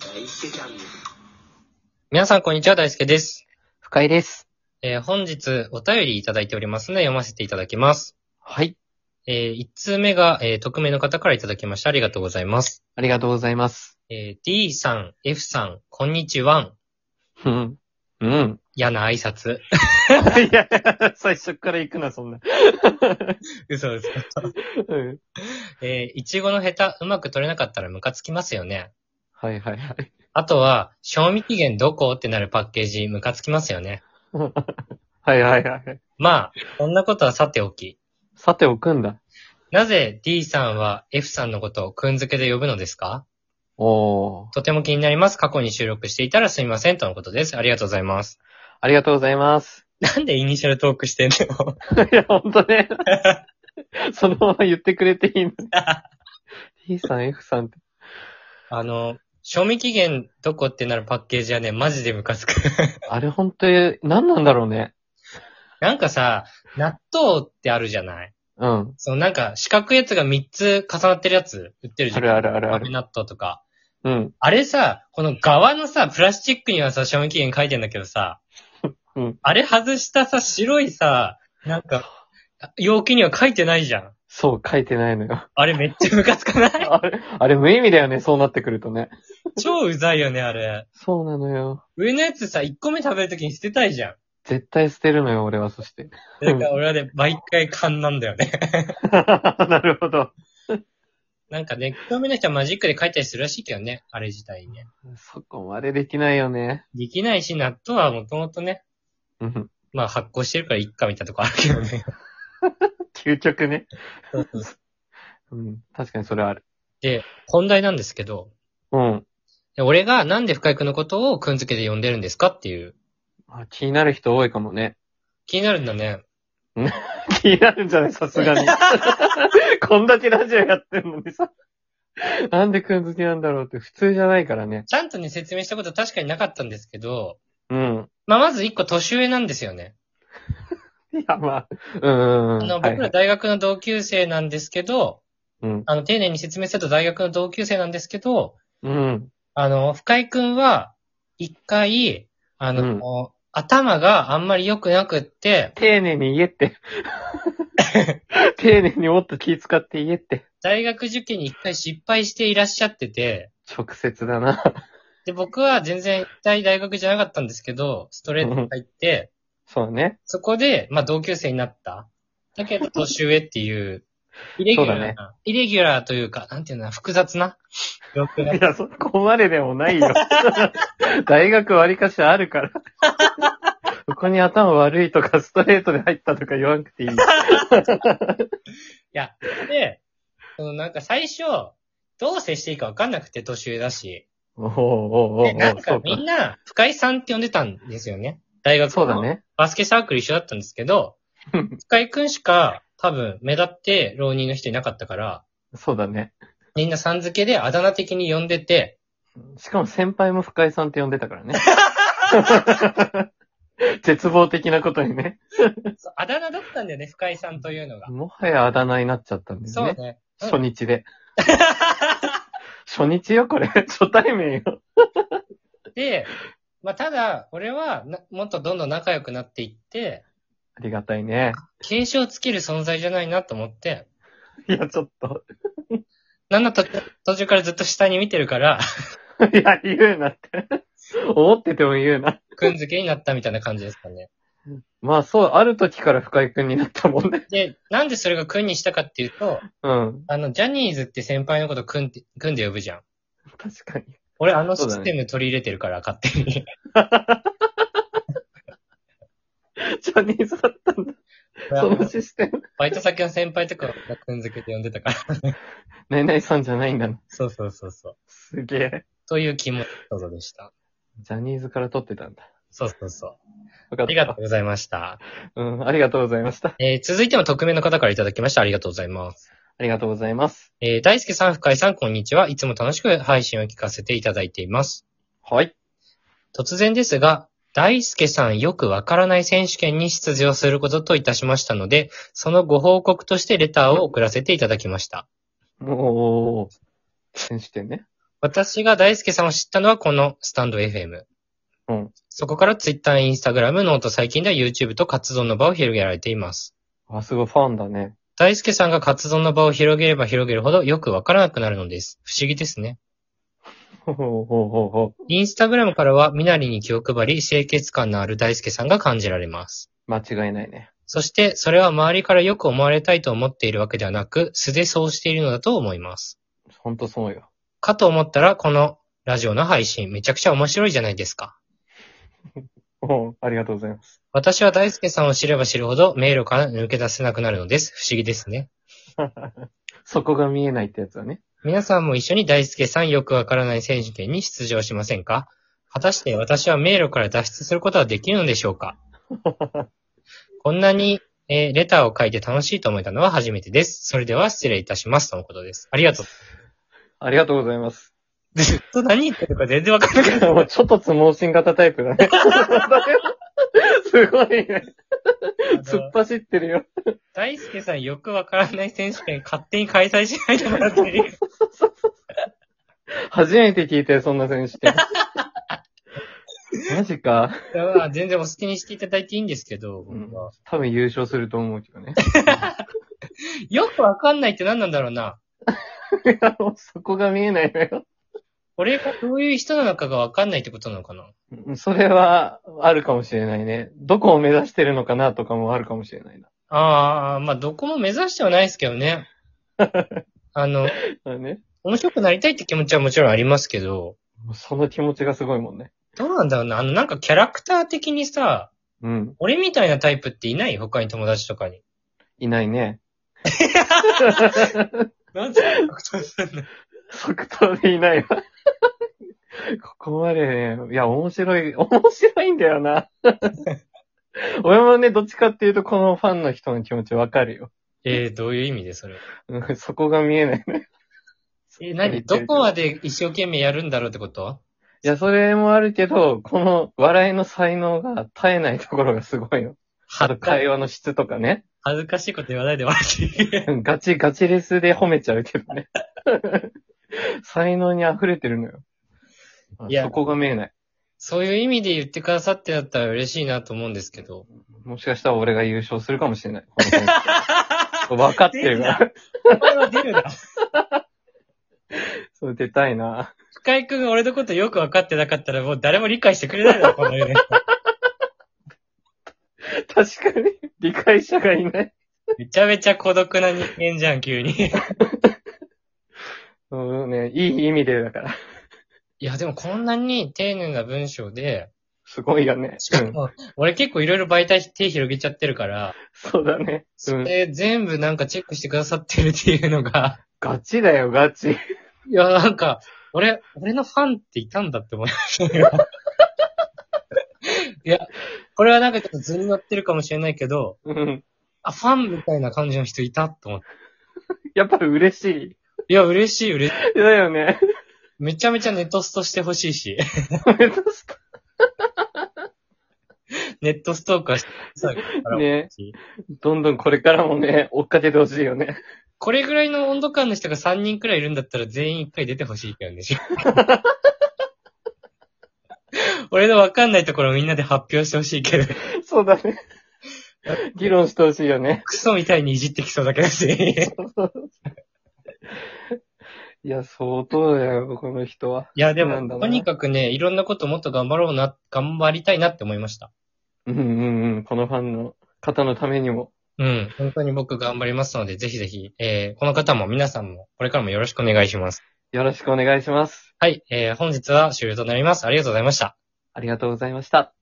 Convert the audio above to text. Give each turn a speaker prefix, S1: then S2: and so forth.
S1: 輔チャンネル。
S2: 皆さん、こんにちは。大輔です。
S3: 深井です。
S2: えー本日、お便りいただいておりますので、読ませていただきます。
S3: はい。
S2: え1通目が、えー匿名の方からいただきました。ありがとうございます。
S3: ありがとうございます。
S2: えー D さん、F さん、こんにちは。
S3: うん。うん。
S2: 嫌な挨拶。
S3: いや、 最初から行くな、そんな。
S2: 嘘です。
S3: うん。
S2: えー、いちごのヘタ、うまく取れなかったらムカつきますよね。
S3: はいはいはい。
S2: あとは、賞味期限どこってなるパッケージ、ムカつきますよね。
S3: はいはいはい。
S2: まあ、こんなことはさておき。
S3: さておくんだ。
S2: なぜ D さんは F さんのことをくんづけで呼ぶのですか
S3: おー。
S2: とても気になります。過去に収録していたらすみません。とのことです。ありがとうございます。
S3: ありがとうございます。
S2: なんでイニシャルトークしてんの
S3: いや、ほんとね。 そのまま言ってくれて いいの。T さん、F さんって。
S2: あの、賞味期限どこってなるパッケージはね、マジでムカつく。
S3: あれほんとに、何なんだろうね。
S2: なんかさ、納豆ってあるじゃない
S3: うん。
S2: そのなんか、四角いやつが3つ重なってるやつ売ってるじゃ
S3: あ
S2: ん。
S3: るあるあるあ
S2: 豆
S3: る。
S2: 納豆とか。
S3: うん。
S2: あれさ、この側のさ、プラスチックにはさ、賞味期限書いてんだけどさ、
S3: うん
S2: あれ外したさ、白いさ、なんか、容器には書いてないじゃん。
S3: そう、書いてないのよ。
S2: あれめっちゃムカつか ない
S3: あれ、あれ無意味だよね、そうなってくるとね。
S2: 超うざいよね、あれ。
S3: そうなのよ。
S2: 上のやつさ、1個目食べるときに捨てたいじゃん。
S3: 絶対捨てるのよ、俺は、そして。
S2: だから俺はね、毎回勘なんだよね。
S3: なるほど。
S2: なんかね、興味の人はマジックで書いたりするらしいけどね、あれ自体ね。
S3: そこまでできないよね。
S2: できないし、納豆はもともとね、
S3: うん。
S2: まあ発酵してるからいっかみたいなとこあるけどね。
S3: 究極ね。うん。確かにそれはある。
S2: で、本題なんですけど、
S3: うん。
S2: で俺がなんで深井くんのことをくんづけで呼んでるんですかっていう。
S3: あ気になる人多いかもね。
S2: 気になるんだね。
S3: 気になるんじゃないさす がに。こんだけラジオやってるのにさ。なんでくん好きなんだろうって普通じゃないからね。
S2: ちゃんとね、説明したことは確かになかったんですけど、
S3: うん。
S2: まあ、まず一個年上なんですよね。
S3: いや、まあ。うんうんうん。
S2: あの、
S3: はい
S2: 僕ら大学の同級生なんですけど、
S3: うん。
S2: あの、丁寧に説明すると大学の同級生なんですけど、
S3: うん。
S2: あの、深井くんは、一回、あの、
S3: うん
S2: 頭があんまり良くなくって、
S3: 丁寧に言え って。丁寧にもっと気使って言えって。
S2: 大学受験に一回失敗していらっしゃってて、
S3: 直接だな。
S2: で、僕は全然一体大学じゃなかったんですけど、ストレートに入って、
S3: そうね。
S2: そこで、まあ同級生になった。だけど年上っていう、イレギュラー
S3: そう
S2: な、
S3: だね
S2: イレギュラーというか、なんていうのかな、複雑な状況 が
S3: いや、そこまででもない よ。大学割かしあるから。そこに頭悪いとか、ストレートで入ったとか言わな くていい。
S2: で、そのなんか最初、どう接していいかわかんなくて年上だし、
S3: おうおうおうお
S2: で、なん
S3: うそ
S2: か
S3: う
S2: みん
S3: か。
S2: な、深井さんって呼んでたんですよね。大学
S3: そうだ
S2: の
S3: ね。
S2: バスケサークル一緒だったんですけ ど、深井くんしか多分目立って浪人の人いなかったから、
S3: そうだね。
S2: みんなさん付けであだ名的に呼んでて、
S3: しかも先輩も深井さんって呼んでたからね。 絶望的なことにね。
S2: そうあだ名だったんだよね、深井さんというのが。
S3: もはやあだ名になっちゃったんだ
S2: そ
S3: よ
S2: う
S3: ね。
S2: ね。うん
S3: 初日 で。初日よ、これ。初対面よ。
S2: で、まあ、ただ、俺はな、もっとどんどん仲良くなっていって、
S3: ありがたいね。
S2: 継承をつける存在じゃないなと思って、
S3: いや、ちょっと。
S2: なんだと途中からずっと下に見てるから、
S3: いや、言うなって。 思ってても言うな。
S2: くんづけになったみたいな感じですかね。
S3: まあそう、ある時から深井くんになったもんね。
S2: で、なんでそれがくんにしたかっていうと、
S3: うん。
S2: あの、ジャニーズって先輩のことくんって、くんで呼ぶじゃん。
S3: 確かに。
S2: 俺あの
S3: そう
S2: シ
S3: だ
S2: ス
S3: ね
S2: テム取り入れてるから、勝手に。
S3: ジャニーズだったんだ。 そのシステム。
S2: バイト先の先輩とかがくんづけで呼んでたから。
S3: ナイナイさんじゃないんだな。
S2: そうそうそうそう。
S3: すげえ。
S2: という気持ちことでした。
S3: ジャニーズから撮ってたんだ。
S2: そうそうそう。
S3: わか
S2: あ
S3: った。
S2: りがとうございました。
S3: うん、ありがとうございました。
S2: えー続いても匿名の方からいただきました。ありがとうございます。
S3: ありがとうございます。
S2: えー大輔さん、深井さん、こんにちは。いつも楽しく配信を聞かせていただいています。
S3: はい。
S2: 突然ですが、大輔さんよくわからない選手権に出場することといたしましたので、そのご報告としてレターを送らせていただきました。
S3: もう、選手権ね。
S2: 私が大輔さんを知ったのはこのスタンド FM。
S3: うん。
S2: そこからツイッター、インスタグラム、ノート、最近では YouTube と活動の場を広げられています。
S3: あ、すごいファンだね。
S2: 大輔さんが活動の場を広げれば広げるほどよくわからなくなるのです。不思議ですね。
S3: ほうほうほうほう。
S2: インスタグラムからは、みなりに気を配り、清潔感のある大輔さんが感じられます。
S3: 間違いないね。
S2: そして、それは周りからよく思われたいと思っているわけではなく、素でそうしているのだと思います。
S3: ほんとそうよ。
S2: かと思ったら、このラジオの配信、めちゃくちゃ面白いじゃないですか。
S3: おうありがとうございます。
S2: 私は大輔さんを知れば知るほど、迷路から抜け出せなくなるのです。不思議ですね。
S3: そこが見えないってやつだね。
S2: 皆さんも一緒に大輔さんよくわからない選手権に出場しませんか果たして私は迷路から脱出することはできるのでしょう かこんなに、えーレターを書いて楽しいと思えたのは初めてです。それでは失礼いたします。とのことです。ありがとう。
S3: ありがとうございます。
S2: ずっと何言ってるか全然わかんなかっ
S3: もうちょっと相撲心型タイプだね。すごいね。
S2: た
S3: 突っ。走ってるよ。
S2: 大輔さんよくわからない選手権勝手に開催しないでもらって いいですか
S3: 初めて聞いたよ、そんな選手権。マジか。
S2: いやまあ全然お好きにしていただいていいんですけど、
S3: うん
S2: 僕は
S3: 多分優勝すると思うけどね。
S2: よくわかんないって何なんだろうな。
S3: いやもうそこが見えないのよ。
S2: 俺がどういう人なのかがわかんないってことなのかな
S3: それは、あるかもしれないね。どこを目指してるのかなとかもあるかもしれないな。
S2: ああ、まあ、どこも目指してはないですけど ね。あの、
S3: だね。
S2: 面白くなりたいって気持ちはもちろんありますけど、
S3: もうその気持ちがすごいもんね。
S2: どうなんだろうな。あの、なんかキャラクター的にさ、
S3: うん。
S2: 俺みたいなタイプっていない他に友達とかに。
S3: いないね。
S2: なんでキャラクターすんの
S3: 即答でいないわ。ここまでね、いや、面白い、面白いんだよな。俺もね、どっちかっていうと、このファンの人の気持ちわかるよ。
S2: えー、どういう意味でそれ。
S3: うんそこが見えないね。
S2: えー、何どこまで一生懸命やるんだろうってこと
S3: いや、それもあるけど、この笑いの才能が絶えないところがすごいよ。あ
S2: 恥
S3: と
S2: ずか
S3: 会話の質とかね。
S2: 恥ずかしいこと言わないで笑って。
S3: うんガチガチレスで褒めちゃうけどね。才能に溢れてるのよ。
S2: いや
S3: そこが見えない。
S2: そういう意味で言ってくださってだったら嬉しいなと思うんですけど。
S3: もしかしたら俺が優勝するかもしれない。この選手分かってるから。
S2: お前は出るな。
S3: そう、出たいな。
S2: 深井くんが俺のことよく分かってなかったらもう誰も理解してくれないだろ、この世で。
S3: 確かに、理解者がいない。
S2: めちゃめちゃ孤独な人間じゃん、急に。 い
S3: うんね、いい意味でだから。
S2: や、でもこんなに丁寧な文章で、
S3: すごいよね。
S2: し
S3: う
S2: か
S3: ん。
S2: も、俺結構いろいろ媒体手広げちゃってるから、
S3: そうだね。う
S2: そ
S3: ん。
S2: れ全部なんかチェックしてくださってるっていうの が、
S3: ガチだよ、ガチ。
S2: いや、なんか、俺、俺のファンっていたんだって思いました よ。いや、これはなんかちょっと図に乗ってるかもしれないけど、
S3: うん。
S2: あ、ファンみたいな感じの人いたと思って。
S3: やっぱり嬉しい。
S2: いや、嬉しい、嬉しい。
S3: だよ ね。
S2: めちゃめちゃネトストしてほしいし。 ネットストーカーしてくださいから
S3: ね。どんどんこれからもね、追っかけてほしいよね。
S2: これぐらいの温度感の人が3人くらいいるんだったら全員1回出てほしいっ て言うんでしょ。俺のわかんないところをみんなで発表してほしいけど、
S3: そうだね。議論してほしいよね。
S2: クソみたいにいじってきそうだけどし。
S3: いや、相当だよ、この人は。
S2: いや、で
S3: そうなんだ
S2: も、
S3: な
S2: とにかくね、いろんなこともっと頑張ろうな、頑張りたいなって思いました。
S3: うんうんうん。このファンの方のためにも。
S2: うん。本当に僕頑張りますので、ぜひぜひ、えー、この方も皆さんも、これからもよろしくお願いします。
S3: よろしくお願いします。
S2: はい。えー、本日は終了となります。ありがとうございました。
S3: ありがとうございました。